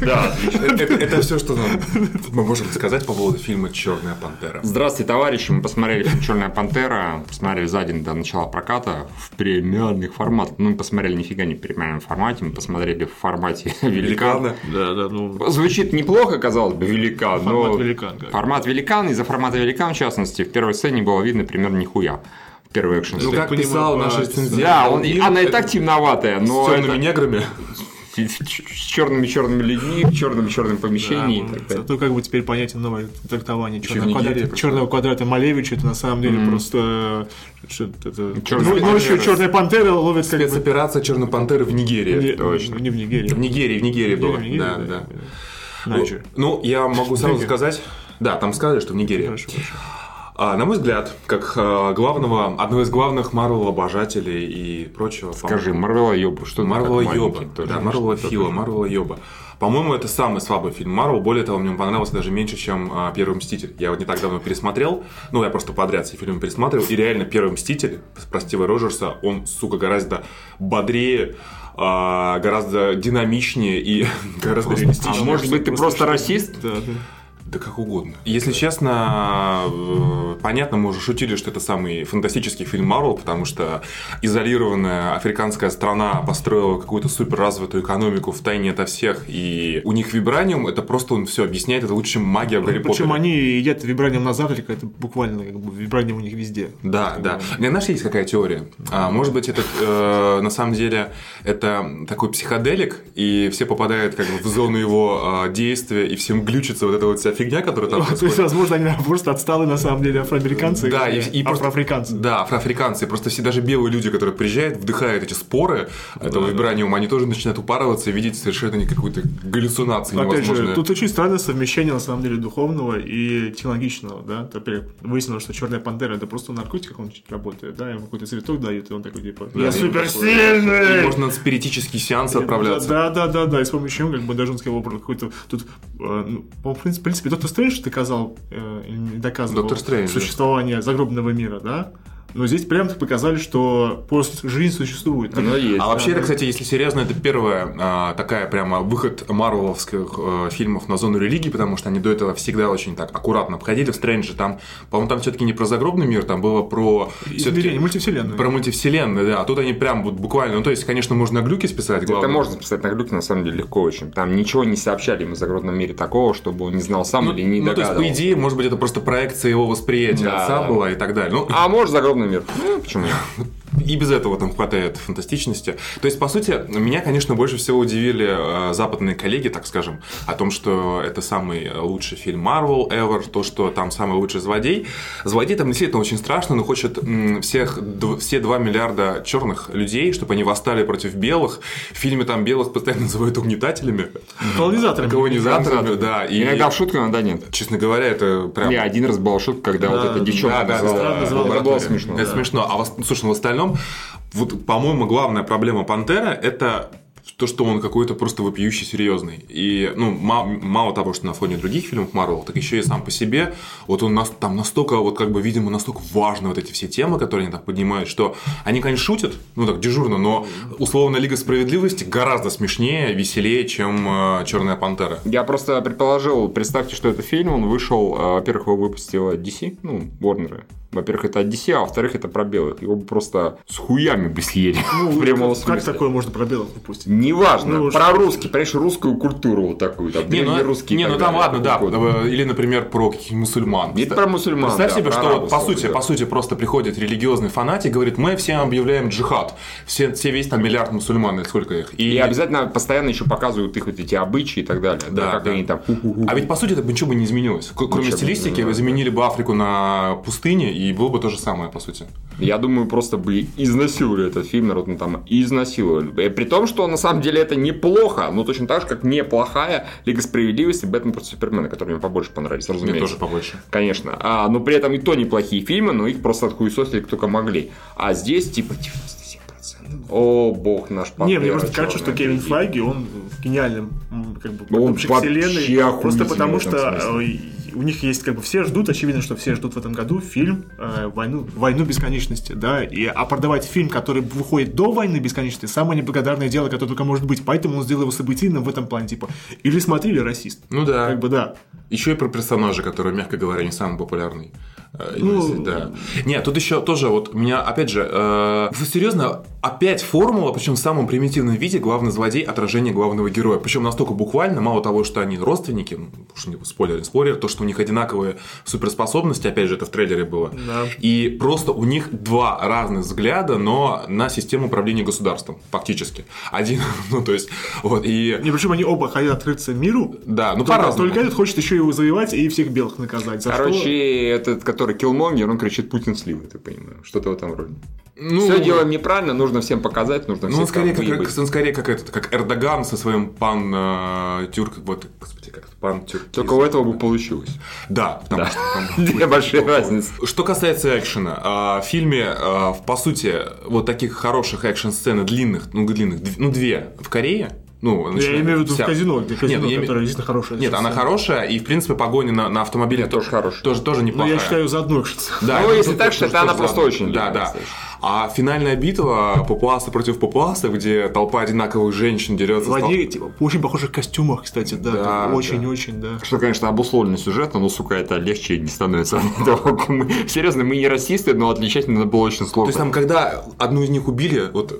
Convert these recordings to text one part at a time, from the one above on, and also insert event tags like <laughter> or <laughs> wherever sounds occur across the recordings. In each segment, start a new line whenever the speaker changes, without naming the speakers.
Да,
Это, это все, что нам- мы можем сказать по поводу фильма «Черная пантера».
Здравствуйте, товарищи! Мы посмотрели фильм «Черная пантера», посмотрели за день до начала проката в премиальных форматах. Ну, мы посмотрели нифига не в премиальном формате, мы посмотрели в формате <laughs> великана.
Великана.
Да, да, ну,
Звучит неплохо, казалось бы, великан,
формат
но...
великан. как.
Формат великан, из-за формата великан, в частности, в первой сцене было видно примерно нихуя. В первой экшн
Ну,
Я
как
так
писал
понимаю,
наш
по-
рецензент.
Да, он, и-
Алгир,
она и
это
так темноватая,
С
но
темными
это-
неграми.
с черными-черными людьми, в черном-черном помещении. и
Да,
так далее.
Зато Ну, как бы теперь понятен новое трактование
Еще
черного
в Нигерии
квадрата,
просто.
черного квадрата Малевича, это на самом деле
Мгм.
просто э, что-то это-
Черная
Ну, ночью
пантера.
черная пантера ловит как бы
Спецоперация «Черной пантеры» в
не,
Нигерии.
не в Нигерии.
В Нигерии, в Нигерии было.
в Нигерии,
Да, да. Ну,
Ночью.
Ну, я могу сразу
А Нигерия.
сказать... Да, там сказали, что в Нигерии.
Хорошо, хорошо.
А, на мой взгляд, как а, главного, одного из главных Марвел обожателей и прочего...
Скажи, Марвела Йоба, что ты
Марвела
как
Йоба.
маленький тоже?
Да, Марвела
Что
Фила,
ты?
Марвела Йоба. По-моему, это самый слабый фильм Марвел. Более того, мне он понравился даже меньше, чем а, Первый Мститель. Я его не так давно пересмотрел. Ну, я просто подряд все фильмы пересматривал. И реально Первый Мститель, про Стива Роджерса, он, сука, гораздо бодрее, а, гораздо динамичнее и <laughs> гораздо
А
реалистичнее.
может быть, ты просто
что-
расист?
Да, да.
Да как угодно. Если честно, э, понятно, мы уже шутили, что это самый фантастический фильм Марвел, потому что изолированная африканская страна построила какую-то суперразвитую экономику в тайне ото всех, и у них вибраниум, это просто он все объясняет, это лучше, чем магия в Гарри
Причем
Поттере.
они едят вибранием на завтрак, это буквально как бы вибранием у них везде.
Да, да. У меня, знаешь, есть какая теория? А, может быть, это э, на самом деле это такой психоделик, и все попадают как бы в зону его э, действия, и всем глючится вот эта вот вся фигня, которая там
То есть,
происходит.
возможно, они просто отсталые на самом деле афроамериканцы.
Да, и,
и,
и просто-
афроафриканцы.
Да, афроафриканцы. Просто все даже белые люди, которые приезжают, вдыхают эти споры э, этого вибраниума, они тоже начинают упарываться и видеть совершенно не какую-то галлюцинацию
Опять же,
невозможную.
тут очень странное совмещение, на самом деле, духовного и технологичного, да. Теперь выяснилось, что черная пантера это просто наркотик, как он работает, да, ему какой-то цветок дают, и он такой типа
Да,
Я
и-
суперсильный!
И можно на спиритический сеанс отправляться.
Да, да, да, да. И с помощью него, как бы даже он сказал, образ какой-то тут, э, ну, по- в принципе, в принципе, доктор Стрэндж доказал э, или не доказывал
Доктор Стрэндж, да.
существование загробного мира, да. Но здесь прям показали, что просто жизнь существует. Так,
Оно есть.
А вообще,
да.
это, кстати, если серьезно, это первая а, такая прямо выход марвеловских э, фильмов на зону религии, потому что они до этого всегда очень так аккуратно обходили. В Стрэнджи там, по-моему, там все-таки не про загробный мир, там было про...
измерение,
всё-таки
мультивселенную.
Про мультивселенную, да. А тут они прям вот буквально... Ну, то есть, конечно, можно глюки списать,
Это
главное.
можно писать на глюке, на самом деле легко очень. Там ничего не сообщали ему в загородном мире такого, чтобы он не знал сам
Ну,
или не
ну, то есть, по
догадывался.
идее, может быть, это просто проекция его восприятия
Да,
отца
да.
была и так далее. Ну,
А может загробный мир? Ну, почему нет?
и без этого там хватает фантастичности. То есть, по сути, меня, конечно, больше всего удивили э, западные коллеги, так скажем, о том, что это самый лучший фильм Marvel ever, то, что там самый лучший злодей. Злодей там действительно очень страшно, но хочет м, всех, дв- все 2 миллиарда черных людей, чтобы они восстали против белых. В фильме там белых постоянно называют угнетателями,
Колонизаторами.
колонизаторами, да. И,
Иногда в шутку, иногда нет.
честно говоря, это прям...
Я один раз была шутка, когда
Да,
вот эта девчонка
да, да,
назвала-
странно назвала
Это было
лабораторию.
смешно.
Это
Да.
смешно. А в ос- слушай, ну, в остальном, вот, по-моему, главная проблема Пантера это то, что он какой-то просто вопиющий серьезный. И, ну, ма- мало того, что на фоне других фильмов Марвел, так еще и сам по себе, вот он нас, там настолько, вот как бы, видимо, настолько важны вот эти все темы, которые они так поднимают, что они, конечно, шутят, ну, так, дежурно, но, условно, Лига Справедливости гораздо смешнее, веселее, чем Черная Пантера.
Я просто предположил, представьте, что это фильм, он вышел, э, во-первых, его выпустила DC, ну, Warner. Во-первых, это от DC, а во-вторых, это про белых. Его бы просто с хуями бы съели. <laughs>
Ну,
в прямом
как, как
смысле.
такое можно про белых выпустить?
Неважно,
Ну, уж-
про русский, понимаешь, русскую культуру вот такую, там,
Не, ну,
древнерусский.
не,
и
ну
так
там
далее,
ладно, да. э,
как угодно.
Или, например, про каких-нибудь мусульман.
Это про мусульман,
Представь
да,
себе,
про
что
арабов,
вот, по
условно,
сути,
да.
по сути, просто приходит религиозный фанатик и говорит, мы всем объявляем джихад. Все, все весь там миллиард мусульман, или сколько их.
И обязательно постоянно еще показывают их вот эти обычаи и так далее. Да,
Да,
как
да.
они там.
А ведь, по сути, это бы ничего бы не изменилось. К- Кроме
Ничего бы,
стилистики,
да,
вы
да.
заменили бы Африку на пустыне, и было бы то же самое, по сути.
Я думаю, просто бы изнасиловали этот фильм, народ ну, там изнасиловали. Э, При том, что на самом деле это неплохо, ну точно так же, как неплохая Лига Справедливости и Бэтмен против Супермена, которые мне побольше понравились,
Мне
разумеется.
тоже побольше.
Конечно. А, но при этом и то неплохие фильмы, но их просто отхуесосили как только могли. А здесь типа 97%. О, бог наш
Не, мне
Пантера,
просто кажется, что
чёрная
Кевин
леди.
Файги, он гениальным м, как бы
Да Ну, он
подобщик
вообще
вселенной. Просто
охуительный
потому
в этом
что
смысле.
э, у них есть, как бы, все ждут, очевидно, что все ждут в этом году фильм э, «Войну, «Войну бесконечности», да, и, а продавать фильм, который выходит до «Войны бесконечности», самое неблагодарное дело, которое только может быть, поэтому он сделал его событийным в этом плане, типа, или смотрели «Расист»,
Ну да.
как бы, да,
Еще и про персонажа, который, мягко говоря, не самый популярный. Э,
Ну,
если- да. Нет, тут еще тоже вот меня, опять же, э, вы серьезно, опять формула, причем в самом примитивном виде, главный злодей, отражение главного героя. Причем настолько буквально, мало того, что они родственники, ну, уж не- спойлер, не спойлер, то, что у них одинаковые суперспособности, опять же, это в трейлере было.
Да.
И просто у них два разных взгляда, но на систему управления государством, фактически. Один, <laughs> ну, то есть, вот, и...
И причем они оба хотят открыться миру.
Да, ну,
Только,
по-разному.
только этот хочет еще его завоевать и всех белых наказать. За
Короче,
что...
этот, который Киллмонгер, он кричит «Путин сливы», ты понимаешь, что-то в этом роде.
Ну,
Все делаем неправильно, нужно всем показать, нужно
Ну,
всем
он скорее, как,
там
как-
выебать.
он скорее как этот, как Эрдоган со своим пан э, тюрк, вот, господи, как пан тюрк.
Только у этого бы <laughs> получилось.
Да, потому что там-
Две большие разницы.
Что касается экшена, а, в фильме, а, в- по сути, вот таких хороших экшн-сцен, длинных, ну, длинных, дв- ну, две в Корее. Ну,
Я
начиная-
имею в виду
вся-
в казино,
ну,
где казино,
Нет, я име-
которое действительно хорошее.
Нет, она хорошая, и, в принципе, погоня на, на автомобиле
Нет, тоже хорошая.
Тоже, тоже
Но
неплохая.
Ну, я считаю за одну экшн.
Да,
Ну,
это
если
тут
так
тоже-
считать,
тоже
она просто
ладно.
очень
Да,
длинная,
да.
кстати.
А финальная битва попуаса против попуаса, где толпа одинаковых женщин дерется
В одних, типа, очень похожих костюмах, кстати,
Да,
да.
да.
Очень-очень, да.
Что, конечно, обусловлено сюжетом, но, ну, сука, это легче не становится. от того, как <laughs> мы- Серьезно, мы не расисты, но отличать надо было очень
То
сложно.
есть там, когда одну из них убили, вот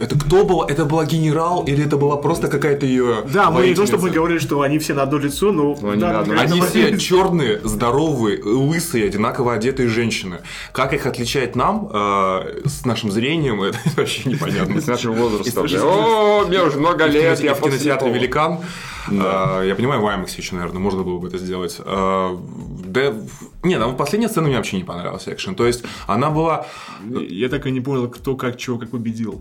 это кто был? Это была генерал или это была просто какая-то ее
Да, мы не то, чтобы мы говорили, что они все на одно лицо, но...
Ну, они
да,
на одно-
конечно,
Они
мы-
все черные, здоровые, лысые, одинаково одетые женщины. Как их отличать нам э, с нашим зрением, <laughs> это вообще непонятно.
С нашим возрастом.
Из- из-
О, мне уже много
В кино-
лет, я
в кинотеатре
после
«Великан». Э, Я понимаю, в IMAX еще, наверное, можно было бы это сделать. Э, Да, в- не, там последняя сцена мне вообще не понравилась, экшен. То есть она была...
ну, Я так и не понял, кто как чего как победил.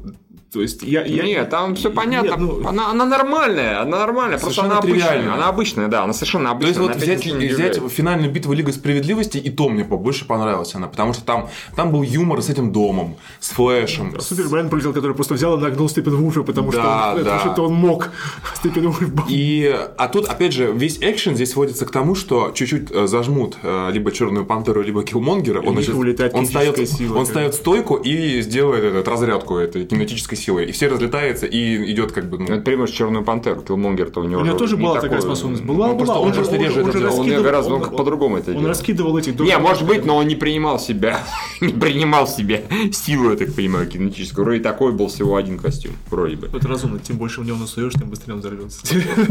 То есть я... я-
Нет, там все понятно.
Нет, ну-
она, она нормальная, она нормальная, просто
Совершенно
она обычная.
тривиальная.
Она обычная, да, она совершенно
То
обычная.
есть вот
она опять
взять,
ничего не
взять
удивляет.
финальную битву Лига Справедливости, и то мне побольше понравилась она, потому что там, там был юмор с этим домом, с Флэшем. с-
Супермен пролетел, который просто взял и нагнул Степенвульфа, потому, что,
Да,
он, потому
да.
что он мог. Степенвульф бам.
И, а тут, опять же, весь экшен здесь сводится к тому, что чуть-чуть э, зажмут э, либо Черную Пантеру, либо Киллмонгера.
у них
значит,
улетает
он встает,
кинетическая сила,
он
как
встает в стойку и сделает этот, разрядку этой кинетической силой. И все разлетаются, и идет как бы... ну,
Это примешь черную пантеру, Киллмонгер-то у него.
У него
же
тоже
не
была
такой-
такая способность. Была,
просто
была.
он просто
же-
реже
же
это делал.
Он
раскидывал-
гораздо он
он-
как по-другому это
Он
делал.
раскидывал этих
Не, может быть, но он не принимал себя. <laughs> не принимал в себя силу, я так понимаю, кинетическую. Вроде такой был всего один костюм, вроде бы.
Это разумно, тем больше в него насуешь, тем быстрее он взорвется.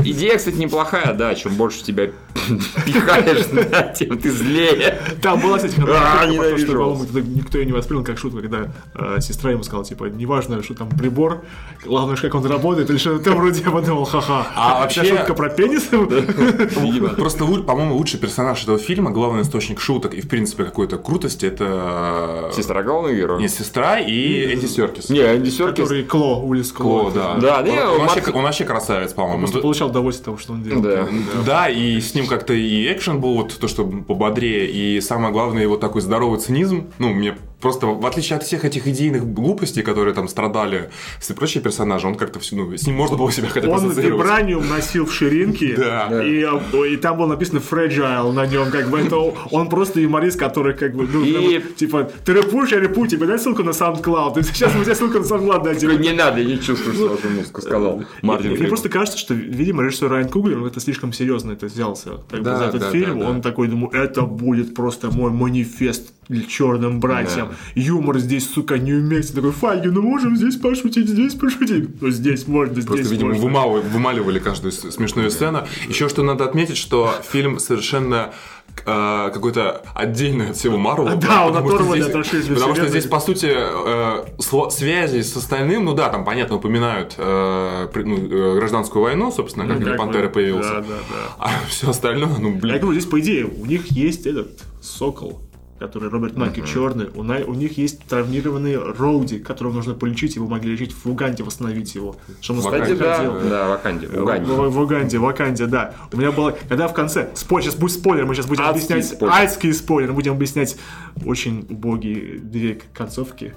Идея, кстати, неплохая, да. Чем больше тебя <laughs> пихаешь, <laughs> да, тем ты злее.
Там была, кстати,
А,
хорошая шутка про то,
ненавижу
что,
вас.
по-моему, это никто ее не воспринял как шутку, когда э, сестра ему сказала, типа, неважно, что там прибор, главное, как он работает, или что-то вроде я подумал, ха-ха.
А
Вся
вообще-
шутка про пенис?
Просто, лу- по-моему, лучший персонаж этого фильма, главный источник шуток и, в принципе, какой-то крутости, это...
Э, Сестра главного героя.
Нет, сестра и Эдди Серкис.
Не, а Энди Серкис.
Который Кло, улиц Кло.
Кло, да.
Да,
он,
не,
он вообще,
Марк-
он вообще красавец, по-моему.
Просто получал удовольствие от того, что он делал.
Да.
Да, и с ним как-то и экшен был, вот то, что пободрее, и самое главное, его такой здоровый цинизм. Ну, мне просто, в отличие от всех этих идейных глупостей, которые там страдали, все прочие персонажи, он как-то все, ну, с ним можно было себя как-то
Он
ассоциировать.
вибраниум носил в ширинке,
Да.
и, э, и там было написано fragile на нем, как бы это он просто юморист, который как бы, ну,
И-
прям вот, типа, ты рэпуешь, я рэпую, тебе дай ссылку на SoundCloud, <laughs> сейчас мы тебе ссылку на SoundCloud дадим.
<laughs> Не надо, я не чувствую, что вашу музыку сказал. Мартин
Мне
Фримен.
просто кажется, что, видимо, режиссер Райан Куглер, он это слишком серьезно это взялся. Как бы
Да,
за этот
да,
фильм
да, да.
он такой, думаю, это будет просто мой манифест черным братьям. Юмор здесь, сука, не умеется. Такой, Файги, ну можем здесь пошутить, здесь пошутить. Ну здесь можно, здесь
Просто, видимо,
можно.
вымалывали, вымаливали каждую с- смешную сцену. Еще что надо отметить, что фильм совершенно э, какой-то отдельный от всего Марвела.
А, Да, он
потому что
оторванный
здесь-
от расширенной
Потому что
вселенной.
здесь, по сути, э, сло- связи с остальным, ну да, там, понятно, упоминают э, при- ну, э, гражданскую войну, собственно, как Пантера
Ну, как бы,
Пантера появился.
Да, да, да.
А все остальное, ну,
А Я
блин.
говорю, здесь, по идее, у них есть этот сокол, который Роберт Маки черный. У, на- у них есть травмированный Роуди, которого нужно полечить, его могли лечить в Уганде, восстановить его. Что он
Кстати,
Ваканде
да,
хотел.
да, Ваканде,
Э,
в Уганде.
В, в Уганде, в Ваканде, да. У меня было, когда в конце, спой, сейчас будет спойлер, мы сейчас будем
Адский
объяснять,
спойлер.
адский спойлер, мы будем объяснять очень убогие две к- концовки.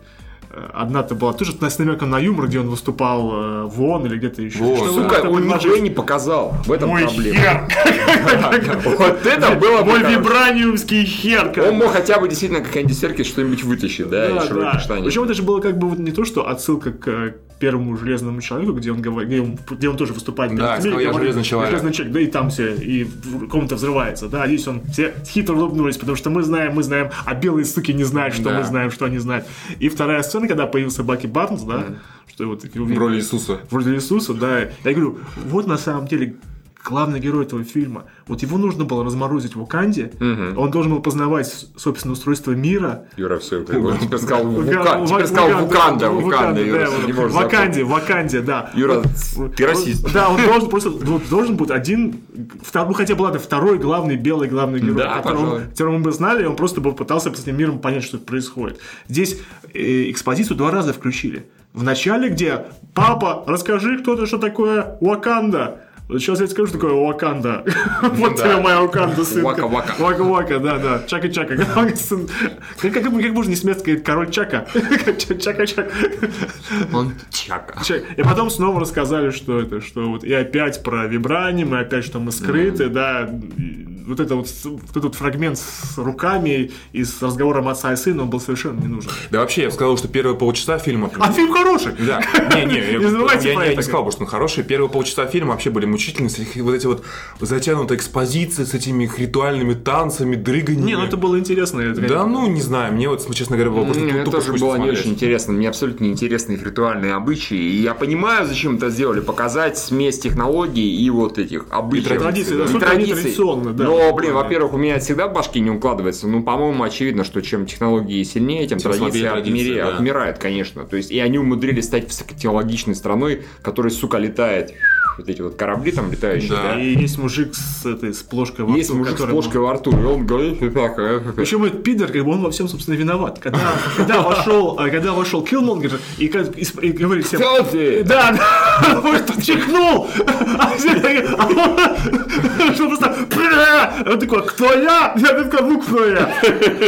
Э, Одна-то была тоже с намеком на юмор, где он выступал э, в ООН или где-то еще.
Вот,
Что вы
Сука,
это
он ничего
предложили?
не показал. В этом
Мой
проблема.
хер!
<laughs> Вот это было бы
Мой
хорошо.
вибраниумский хер! как
Он мог хотя бы действительно какая-нибудь серки что-нибудь вытащить, да, из широких штанин.
Причем это же было как бы вот не то, что отсылка к э, первому железному человеку, где он говорит, где он, где он тоже выступает. перед
Да,
людьми,
сказал,
и
«Я
говорит,
железный человек».
железный человек, да и там все, и в- комната взрывается, да, а здесь он все хитро улыбнулись, потому что мы знаем, мы знаем, а белые суки не знают, что
Да.
мы знаем, что они знают. И вторая сцена, когда появился Баки Барнс, да, что его такие
В
увидели
роли Иисуса.
вроде Иисуса, да. Я говорю, вот на самом деле главный герой этого фильма. Вот его нужно было разморозить в Уканде. Он должен был познавать, с- собственно, устройство мира.
Юра, все, теперь сказал
Уга-
Вука-
Ва-
теперь сказал Вуканда, Вуканда,
Уганда, Уганда,
Юра,
да,
не
вот.
можешь
Ваканде, Ваканде, да.
Юра,
Вот,
ты расист.
Да, он должен просто вот должен быть один, втор- ну хотя бы ладно, второй главный белый главный герой,
Да,
которого,
пожалуй.
которого мы бы знали, он просто бы пытался с этим миром понять, что происходит. Здесь э, экспозицию два раза включили. В начале, где папа, расскажи, кто ты, что такое Уаканда. Вот Сейчас я тебе скажу, что такое Уаканда. <laughs> Вот
Да.
тебе моя Уаканда, сынка.
Уака-вака.
Вака-вака, да, да. <laughs> Чака-чака. Сын- Как, как, как можно не смеяться, говорит, король Чака. <laughs> Чака-чака.
Он чака.
Чак. И потом снова рассказали, что это, что вот и опять про вибраниум, и опять, что мы скрыты, да. И Вот это вот, с- вот этот вот фрагмент с руками и с разговором отца и сына, он был совершенно не нужен.
Да вообще, я бы сказал, что первые полчаса фильма...
А фильм хороший! <laughs>
Да, не, не, я,
Не забывайте
я-
про
я не
это.
сказал, потому что он хороший. Первые полчаса фильма вообще были мучительны. с их- Вот эти вот затянутые экспозиции с этими их ритуальными танцами, дрыганьями.
Не, ну это было интересно. это,
Да, ну не знаю, мне вот, честно говоря, было просто
Мне
тупо
тоже
скучно
было не
смотреть.
очень интересно. Мне абсолютно не интересны их ритуальные обычаи. И я понимаю, зачем это сделали. Показать смесь технологий и вот этих обычаев.
И традиций, да.
И
Насколько они
традиций.
традиционны, да.
Но, блин, во-первых, у меня это всегда в башке не укладывается. Ну, по-моему, очевидно, что чем технологии сильнее, тем
Тем слабее
традиция
традиции,
отмире-
да.
отмирает, конечно. То есть, и они умудрились стать высокотехнологичной страной, которая, сука, летает. Вот эти вот корабли там летающие.
Да.
да?
И есть мужик с этой с плошкой во
Есть
рту,
мужик с
которому-
ложкой во рту, и он говорит, и так, э, э, э.
Причем этот пидор, как бы он во всем, собственно, виноват. Когда, когда вошел, а, когда вошел Киллмонгер и, как- и сп- и говорит всем...
Кто ты?
Да, <laughs> да, он что, чихнул! А все такие, а <laughs> он- что просто... «Бля!» Он такой, кто я? Я такой, ну кто я?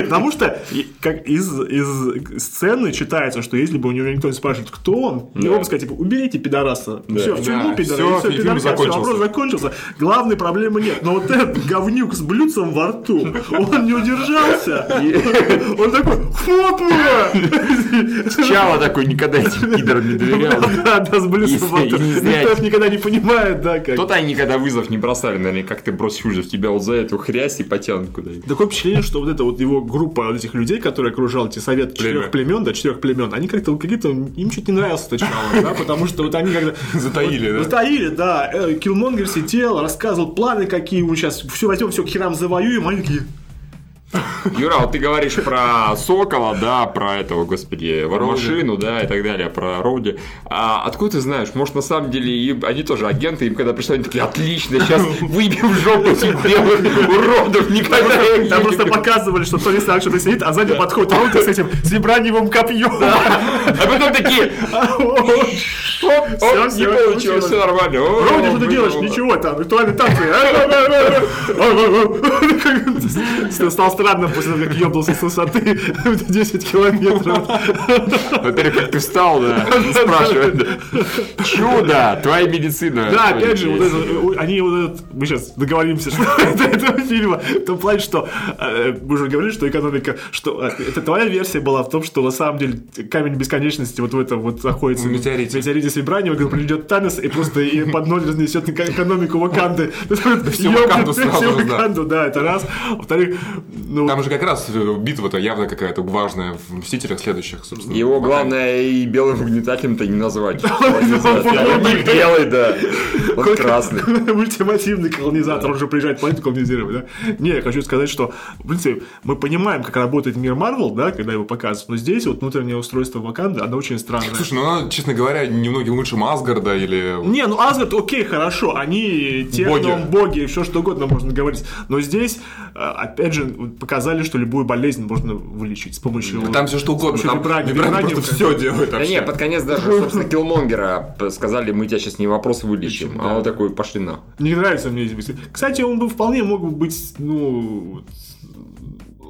Потому что и- как из, из сцены читается, что если бы у него никто не спрашивает, кто он, его бы сказать, типа, убейте пидораса. Все, в тюрьму
Да,
пидора,
всё,
и всё,
фильм
пидорка, всё,
закончился.
вопрос закончился. Главной проблемы нет. Но вот этот говнюк с блюдцем во рту, он не удержался. Он такой, хлопнуло!
Чава такой никогда этим пидорам не доверял.
Да, да, с блюдцем во рту.
И не знает.
Никто это никогда не понимает, да, как.
Кто-то они никогда вызов не бросали, наверное, как ты бросишь вызов, тебя вот за эту хрясь и потянут куда-нибудь.
Такое впечатление, что вот эта вот его группа вот этих людей, которые окружал эти
Племя.
совет четырех племен, да, четырех племен, они как-то вот какие-то, им чуть не нравился этот чувак, <laughs> да, потому что вот они как-то
Затаили, да?
<laughs> Затаили, да. Э, Киллмонгер сидел, рассказывал планы, какие мы сейчас все возьмем, все к херам завоюем, а они такие,
Юра, а вот ты говоришь про Сокола, да, про этого, господи, машину, да, и так далее, про Роуди. А откуда ты знаешь? Может, на самом деле, им- они тоже агенты, им когда пришли, они такие, отлично, сейчас выбьем в жопу этих белых уродов, никогда их не
Там просто
любим».
показывали, что Тони Старк что-то сидит, а сзади подходит Роланд с этим с вибраниевым копьем. <laughs>
А потом такие, оп,
Всё,
оп, не
всё,
получилось,
получилось.
все нормально. О,
Роуди, что ты
блин,
делаешь?
ладно.
Ничего, там, ритуальные танцы. Стал странно после того, как ебнулся с высоты <laughs> 10 километров.
Во-первых, как ты встал,
<laughs>
да, спрашивает. Чудо, твоя медицина.
Да, опять же, вот это, у- они вот этот, мы сейчас договоримся, <laughs> что это этого фильма, в том плане, что э, мы уже говорили, что экономика, что э, это твоя версия была в том, что на самом деле камень бесконечности вот в этом вот находится.
В метеорите.
В метеорите с вибранием, когда придет Танос и просто и под ноль разнесет эко- экономику Ваканды. Всю
Ваканду сразу
Всю
же, да.
Ваканду, да, это раз. Во-вторых, ну...
Там же как раз э, битва-то явно какая-то важная в «Мстителях» следующих, собственно.
Его
Потом-
главное и белым угнетателем-то не назвать. Он не
Колонизатор.
белый, да. Он
Только
красный.
<laughs> Ультимативный колонизатор, он же приезжает планету колонизировать, да? Не, я хочу сказать, что, в принципе, мы понимаем, как работает мир Марвел, да, когда его показывают, но здесь вот внутреннее устройство Ваканды, оно очень странное.
Слушай, ну она, честно говоря, немногим лучше Асгарда или...
Не, ну Асгард, окей, хорошо, они техном, боги, все что угодно можно говорить, но здесь, э, опять же, вот показали, что любую болезнь можно вылечить с помощью...
Там все что угодно,
Слушай,
там
вибрание,
вибрание
вибрание
просто
как-то.
все делает
Ну, Да
вообще.
не, под конец даже, собственно, Киллмонгера сказали, мы тебя сейчас не вопрос вылечим. А он такой, пошли на.
Не нравится мне эти мысли. Кстати, он бы вполне мог бы быть, ну,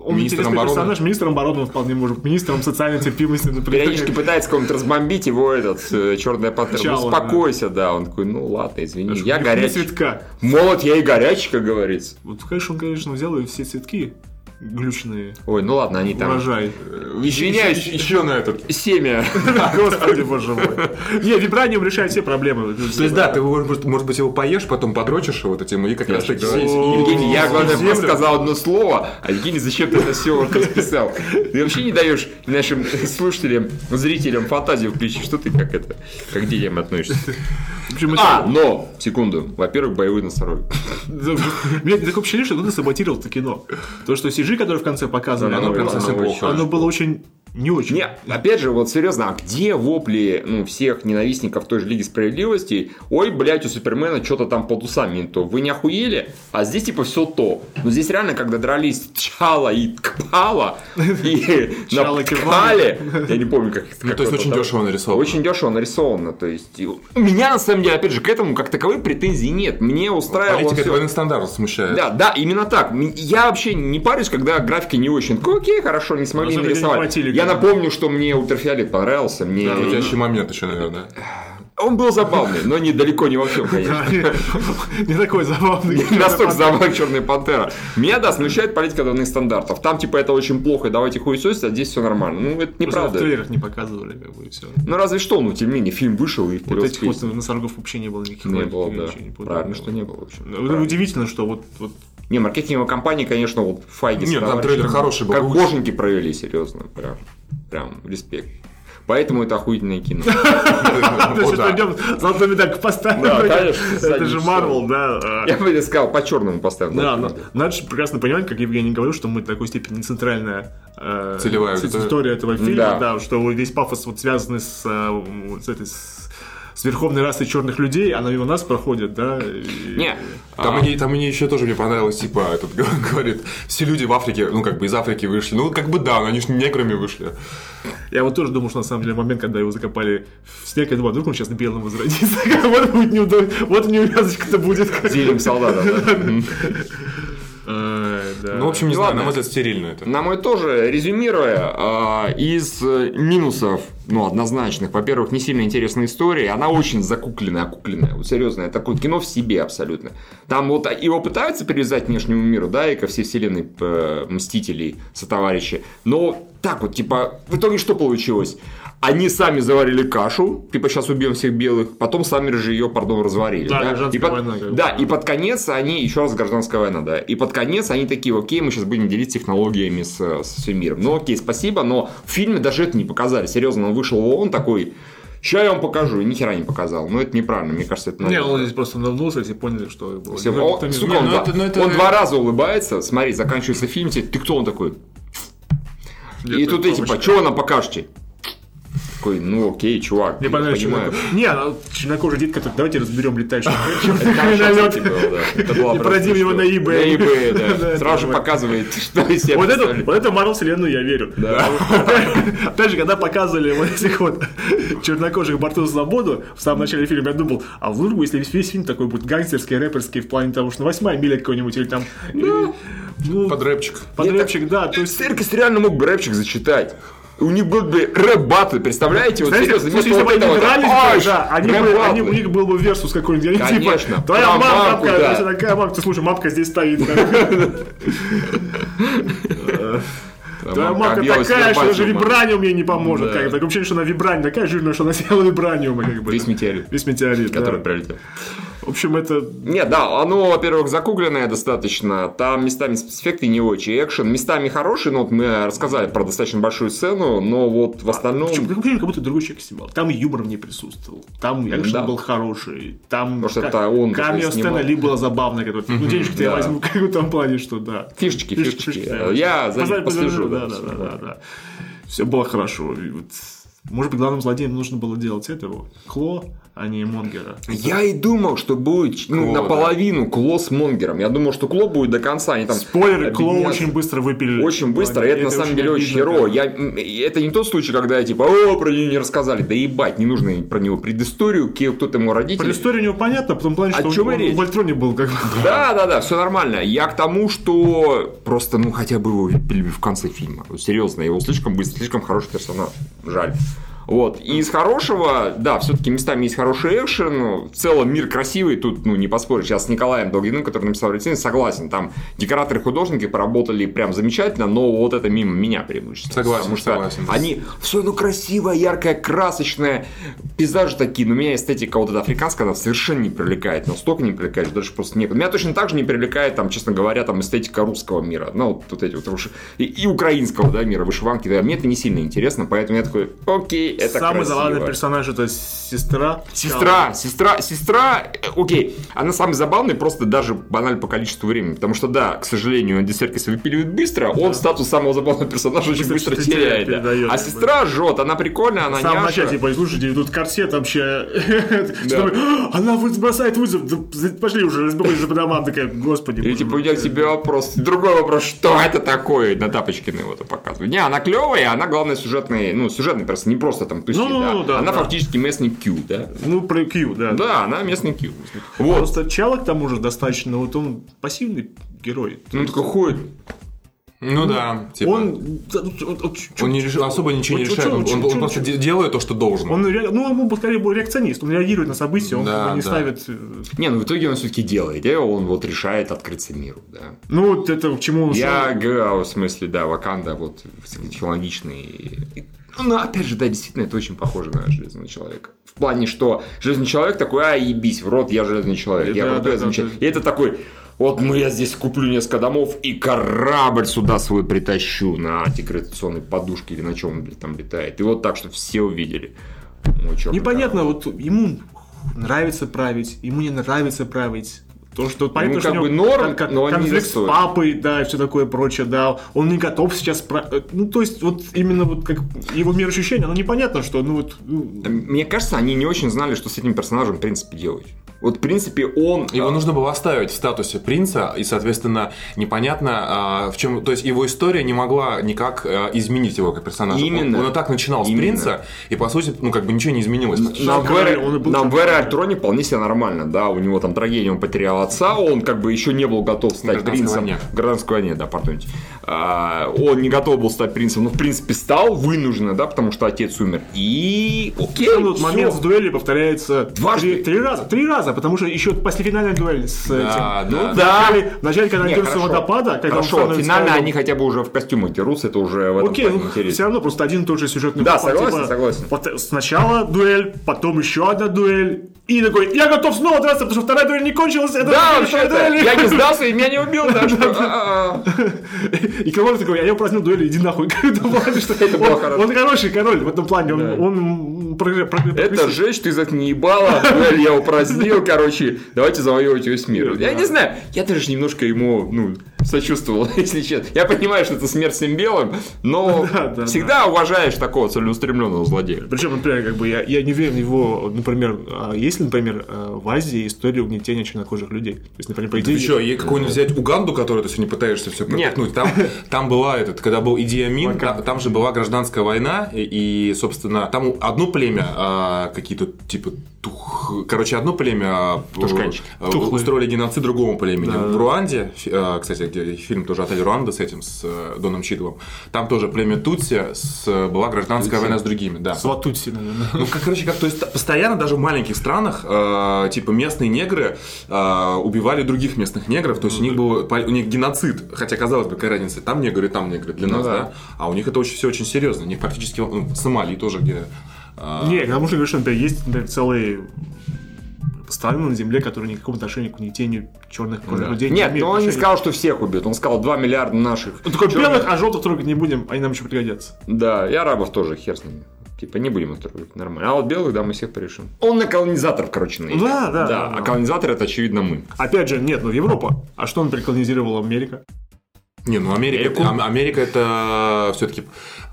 Он
Министром
интересный
обороны.
персонаж, министром обороны он вполне может быть, министром социальной терпимости, например.
Периодически пытается кому-то разбомбить его этот черная пантера. Ну,
Чало,
успокойся, да. Он такой, ну ладно, извини, я
Ни
горячий.
цветка.
Молод, я и горячий, как говорится.
Вот, конечно, он, конечно, взял и все цветки глючные,
Ой, ну ладно, они там... <laughs>
урожай.
Извиняюсь,
еще на этот.
семя.
Господи, боже мой. <laughs> Не, вибраниум решает все проблемы.
То есть, да, ты, может, может быть, его поешь, потом подрочишь вот этим, и как раз таки...
Евгений, я, главное, просто сказал одно слово, а Евгений зачем-то это все расписал. Ты вообще не даешь нашим слушателям, зрителям фантазию включить, что ты как это, как к детям относишься.
В общем, это-
А, но, секунду, во-первых, боевые носороги.
У меня такое ощущение, что кто-то саботировал это кино. То, что CG, которое в конце показывали,
Да,
оно
оно
прям
было,
совсем
оно было
плохо. Оно было очень не очень.
Не, опять же, вот серьезно, а где вопли ну, всех ненавистников той же Лиги Справедливости? Ой, блядь, у Супермена что-то там под усами не то. Вы не охуели? А здесь типа все то. Но здесь реально, когда дрались Чала и Кпала,
<laughs>
и
Чала
напкали, я не помню, как
Ну, то есть, очень дешево нарисовано.
Очень дешево нарисовано, то есть... и у Меня, на самом деле, опять же, к этому как таковой претензий нет. Мне устраивало
Политика
всё.
двойных стандартов смущает.
Да, да, именно так. М- Я вообще не парюсь, когда графики не очень. Такой, Окей, хорошо, не
На
смогли
самом деле, не
нарисовать.
хватили,
Я
конечно.
напомню, что мне ультрафиолет понравился. Мне
Крутящий момент еще, наверное.
он был забавный, но не далеко не во всем, конечно. <laughs>
Да, <laughs> не- Не такой забавный.
Не настолько забавная черная пантера. Меня, да, смущает политика данных стандартов. Там, типа, это очень плохо, и давайте хуесосить, а здесь все нормально. Ну, это
Просто В
неправда.
трейлерах не показывали, как бы, и все.
Ну, разве что, ну, тем не менее, фильм вышел и
Вот
вперед
этих
с песней.
вот носорогов вообще не было никаких.
Не
роликов,
было, да.
ничего не было.
Правильно, что не было, в общем.
Ну,
Правильно.
Удивительно, что вот, вот
Не, маркетинговая компания, конечно, вот Файги
Нет,
с
там
товарищем,
трейлер хороший был.
Как
Лучше.
боженьки провели, серьезно. Прям, прям, респект. Поэтому это
<laughs>
охуительное кино.
То есть
О, <laughs> да.
пойдем золотой медальку поставим.
Да, конечно,
Это же
садишься.
Марвел, да.
Я бы сказал, по-черному поставил.
Да, но
ну,
надо же прекрасно понимать, как Евгений говорил, что мы в такой степени центральная э,
Целевая
ц-
аудитория.
история этого фильма,
Да.
да, что весь пафос вот связанный с, э, вот с этой с, с верховной расой черных людей, она и у нас проходит, да. и-
Не, а,
Там, мне, там мне еще тоже мне понравилось, типа, этот <laughs> говорит, все люди в Африке, ну, как бы из Африки вышли. Ну, как бы да, но они же не неграми вышли.
Я вот тоже думал, что на самом деле момент, когда его закопали в снег, я думал, а вдруг он сейчас на белом возродится, <laughs> вот будет неудобно, вот неувязочка-то будет.
зелем солдата, да.
<laughs>
Э, да.
Ну, в общем, не
Ну,
знаю,
ладно.
на мой взгляд, стерильно это.
На мой тоже, резюмируя, а, из э, минусов, ну, однозначных, во-первых, не сильно интересная история, она очень закукленная, окукленная, вот серьезно, это такое кино в себе абсолютно. Там вот его пытаются привязать к внешнему миру, да, и ко всей вселенной э, Мстителей, сотоварищи, но так вот, типа, в итоге что получилось? Они сами заварили кашу, типа сейчас убьем всех белых, потом сами же ее, пардон, разварили.
Да,
и,
гражданская
под-
война, как бы.
да, и под конец они, еще раз гражданская война, да, и под конец они такие, окей, мы сейчас будем делить технологиями с, э, со всем миром. Ну окей, спасибо, но в фильме даже это не показали. Серьезно, он вышел в ООН такой, ща я вам покажу, и ни хера не показал. Но это неправильно, мне кажется, это...
Не,
надо-
он здесь просто навнулся, если поняли, что его-
Всё,
Ну,
о,
кто не-
сука,
Не,
он,
ну
два,
это- ну это-
он два раза улыбается, смотри, заканчивается фильм, тебе, ты кто он такой? и
это
тут эти, типа,
бабочка.
что вы нам покажете? Такой, ну окей, чувак,
Мне
я
понравилось,
не понимаю.
чернокожий- Не, а чернокожий дед, который... Давайте
<laughs>
разберем летающий
Это
<laughs>
там
миномет.
сейчас эти было, да. Это была
И
просто
продим его на
история.
eBay.
На
<laughs>
eBay,
Да, это
да. Сразу же
нормально.
показывает, <laughs> что из себя
Вот это,
представляет.
вот это Марвел вселенную я верю. Опять же, когда показывали вот этих вот чернокожих борцов за свободу, в самом начале фильма я думал, а вдруг, бы, если весь, весь фильм такой будет гангстерский, рэперский, в плане того, что на восьмая миля какой-нибудь или там... или- ну,
Под рэпчик.
подрядчик, да, то
То
есть...
есть Серкис реально мог бы рэпчик зачитать. У них был бы рэп-батлы, представляете? Вот
Знаете,
серьезно,
слушай,
вместо
если бы
ну, вот этого,
они дрались,
«Ай,
бы, да, они бы, они- у
рэп-батлы».
них был бы версус какой-нибудь. они типа,
Конечно,
твоя
про
мамка,
мамку,
такая,
да.
знаете, такая мамка, ты слушай, мамка здесь стоит. Твоя мамка
объелась
ну, такая, что
рэп-батлом.
даже вибраниум ей не поможет.
Да.
как бы. Такое ощущение, что она вибрань такая жирная, что она съела вибраниума. Как бы.
Весь метеорит.
Весь метеорит, да.
Который пролетел.
В общем, это...
Не, да, оно, во-первых, закугленное достаточно. Там местами спецэффекты не очень. Экшен местами хороший, но вот мы рассказали про достаточно большую сцену, но вот в остальном...
Причем, ощущение, как будто другой человек снимал. Там юмор не присутствовал. Там экшен
Да.
был хороший. Там
Потому что
ка-
это он
камео
такой снимал.
Стэна Ли было забавно. Который, ну, денежки я
да.
возьму, <laughs> как бы в том плане, что да.
Фишечки, фишечки. Э,
да.
Я за ним
Позволь, позволь,
послежу.
Да, да, да, да, да. Все было хорошо. И вот Может быть, главным злодеем нужно было делать этого Кло, а не Монгера.
Я и думал, что будет ну,
Кло, да.
наполовину Кло с Монгером. Я думал, что Кло будет до конца. Они там
Спойлер, Кло
объединятся.
очень быстро выпили.
Очень быстро, и это, на самом деле очень
обидно,
херово.
да.
Я, м, и это не тот случай, когда я типа, о, про него не рассказали. Да ебать, не нужно про него предысторию, ки- кто-то ему родители.
Предыстория у него понятна, в том плане,
О
что он,
чём и
он
речь?
в Альтроне был как бы.
Да, да, да, все нормально. Я к тому, что просто, ну, хотя бы его пили в конце фильма. Серьезно, его слишком быстро, слишком хороший персонаж. Жаль. Вот. И из хорошего, да, все-таки местами есть хороший экшен. В целом мир красивый, тут, ну, не поспоришь. Я с Николаем Долгиным, который написал рецензию, согласен. Там декораторы и художники поработали прям замечательно, но вот это мимо меня преимущественно.
Согласен,
Потому что
согласен.
Они все, ну, красивое, яркое, красочное. Пейзажи такие, но меня эстетика вот эта африканская, она совершенно не привлекает. Настолько не привлекает, что даже просто некуда. Меня точно так же не привлекает, там, честно говоря, там, эстетика русского мира. Ну, вот, вот эти вот выши- и, и украинского, да, мира, вышиванки. Да. Мне это не сильно интересно, поэтому я такой, окей, это
<laughs> Самый
красиво.
забавный персонаж это сестра.
Сестра, сестра, сестра, э, окей, она самая забавная, просто даже банально по количеству времени, потому что, да, к сожалению, десеркис выпиливает быстро, он статус самого забавного персонажа очень
Быстро
быстро
что-то теряет,
теряет, да.
передает,
а
как бы.
сестра жжет, она прикольная, она
В самом начале,
няша.
типа, слушайте, ведут корсет вообще. <laughs> Чтобы, «А, Она вы- бросает вызов. да за- Пошли уже, разбегайся по домам. Такая, господи.
И
боже
типа у
мой».
меня к тебе вопрос. Другой вопрос, что это такое? На Тапочкина его это показывают. Не, она клевая, она главное сюжетный, ну, сюжетный просто, не просто там тусит,
Ну,
да.
да,
Она
да.
фактически местный Q, да?
Ну, про Q, да.
Да, она местный Q. Вот.
Просто Чала, к тому же, достаточно, вот он пассивный герой.
Ну, такой ходит.
Ну да, типа. Он,
Он... да, вот- вот- вот чё-
не решил, особо ничего не
Вот чё-
решает.
чё-
Он,
чё-
он
чё-
просто
чё-
де- делает то, что должен.
Он, ре- ну, он был, скорее был реакционист, он реагирует на события, он
Да,
как бы не
да.
ставит... э,
Не, ну в итоге он все-таки делает, да, он вот решает открыться миру, да.
Ну, вот это к чему он
Я
шёл.
говорю, а в смысле, да, Ваканда, вот, так сказать, логичный. Ну, опять же, да, действительно, это очень похоже на Железного Человека. В плане, что Железный Человек такой, а, ебись, в рот, я Железный Человек, я
Да,
крутой,
да,
я
да,
замечательный.
да.
И это такой, вот мы, я здесь куплю несколько домов и корабль сюда свой притащу на антигравитационной подушке или на чем он блядь, там летает. И вот так, что все увидели. Мой чёрный
Непонятно, вот ему нравится править, ему не нравится править. То, что понятно, что
как
у
бы
него
норм, но они
конфликт с
рисуют.
папой, да, и все такое прочее, да. Он не готов сейчас... пра- э, Ну, то есть, вот именно вот как его мироощущение, оно непонятно, что, ну, вот... ну,
Мне кажется, они не очень знали, что с этим персонажем, в принципе, делать. Вот, в принципе, он...
Его
а,
нужно было оставить в статусе принца, и, соответственно, непонятно, а, в чем. То есть его история не могла никак а, изменить его как персонажа. Он-
Именно.
Он, и так начинал
Именно.
с принца, и по сути, ну, как бы ничего не изменилось.
На
Шон Коннери,
Вере,
он и был
на
Шон
Вере
Коннери.
Альтроне вполне себе нормально, да, у него там трагедия, он потерял отца, он как бы еще не был готов стать
Гражданской
принцем.
войне.
В гражданской войне, да, пардонте. А, он не готов был стать принцем, но в принципе стал вынужденно, да, потому что отец умер. И окей,
Целый вот
всё.
момент с дуэли повторяется
Дважды.
Три, три раза, три раза, потому что еще после финальной дуэли с
Да,
этим.
да.
Ну да. Вначале, вначале, когда
Не,
они дерутся у
хорошо.
водопада, когда он
А, Хорошо,
становится
финально
королем.
они хотя бы уже в костюмах дерутся, это уже в этом
Окей,
плане
ну все
интересно.
равно просто один и тот же сюжетный
Да,
ход,
согласен, согласен.
типа, вот сначала дуэль, потом еще одна дуэль. И такой, я готов снова драться, потому что вторая дуэль не кончилась. Это
Да,
дуэль, вторая
вообще-то,
дуэль. <laughs>
я не сдался и меня не убил, да, что... а, а, а.
И король такой, я его празднил дуэль, иди нахуй. <laughs> В том плане, что
Это было
он-
хорошо.
Он хороший король в этом плане, он- он прогре- прогре-
Это
прогрессив.
жечь, ты за это не ебала, дуэль я упразднил, короче, давайте завоевывать весь мир. Я не знаю, я даже немножко ему, ну, сочувствовал, <laughs> если честно. Я понимаю, что это смерть всем белым, но
<laughs> Да, да,
всегда уважаешь такого целеустремленного злодея.
Причем, например, как бы я, я не верю в его, например, а есть ли, например, э, в Азии история угнетения чернокожих людей? То есть, например, по идее...
Еще, и какую-нибудь взять Уганду, которую ты сегодня пытаешься все пропихнуть. Там, там была этот, когда был Иди Амин, та- там, же была гражданская война, и, и, собственно, там одно племя, а, какие-то типа тух... Короче, одно племя а,
Тушканчики.
а, устроили геноцид другому племени. В Руанде, фи- а, кстати, где фильм тоже отель Руанда с этим, с э, Доном Чидовым, там тоже племя Тутси с, была гражданская война с другими, да.
Сватутси, наверное.
Ну, как, короче, как, то есть та- постоянно даже в маленьких странах, э, типа, местные негры э, убивали других местных негров, то есть
Ну
у них был, по- у них геноцид, хотя, казалось бы, какая разница, там негры, там негры для
Ну
нас,
да.
да. а у них это очень, все очень серьезно, у них практически, ну, в Сомали тоже, где...
А,
э,
Не, потому что, говоришь, например, есть например, целые страны на Земле, которые никакого отношения к угнетению черных кожных людей не
Ну Нет,
имеют
но он не
отношения.
сказал, что всех убьет, он сказал 2 миллиарда наших.
Ну, Такой
Чёрт,
белых, а желтых трогать не будем, они нам еще пригодятся.
Да, и арабов тоже, хер с ними. Типа, не будем их трогать, нормально. А вот белых, да, мы всех порешим. Он на колонизаторов, короче, наедет.
Да, да, да,
а
да.
колонизаторы это, очевидно, мы.
Опять же, нет, ну Европа. А что он колонизировала Америка?
Не, ну Америка,
Америку?
Ам- Америка это все-таки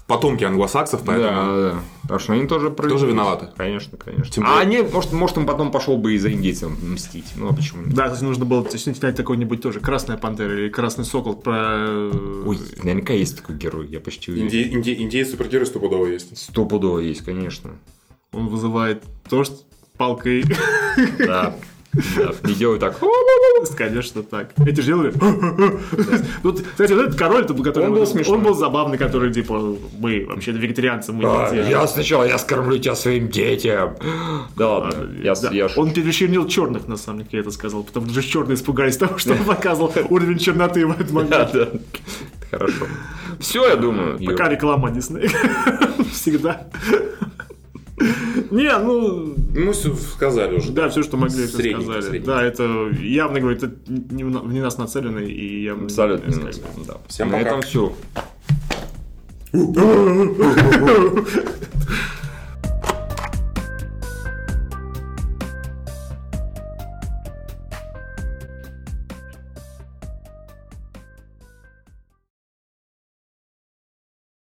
потомки англосаксов, поэтому...
Да, да, да. Так что они тоже
Тоже виноваты.
Конечно, конечно.
Тем
а
более-
они, может, может, он потом пошел бы и за индейцем мстить. Ну, а почему нет?
Да, кстати, нужно было точнее снять такой-нибудь тоже «Красная пантера» или «Красный сокол» про... э,
Ой, наверняка есть такой герой, я почти уверен.
Инди- инди- Индеец супергерой стопудово есть.
Стопудово есть, конечно.
Он вызывает дождь палкой. <laughs>
Да. Да. И делают так.
Конечно, так. Эти же делали. <laughs> Вот, кстати, вот этот король, тот, который...
Он был смешной.
Он был забавный, который, типа, мы вообще вегетарианцы, мы
«А,
не те».
Я сначала я скормлю тебя своим детям. А, Да ладно, я,
Да,
я шучу.
Он перечернил черных, на самом деле, я это сказал, потому что черные испугались того, что он показывал уровень черноты в этот
Да,
момент.
да. Хорошо. Все, я думаю. Юр.
Пока реклама Дисней. <laughs> Всегда. Не, ну,
Ну, всё сказали уже.
да, все, что могли, всё
Средненько,
сказали.
средненько.
Да, это явно, говорит, это не в на- не нас нацелено, и я...
Абсолютно. А не знаю, Да.
Всем
На
пока.
этом все.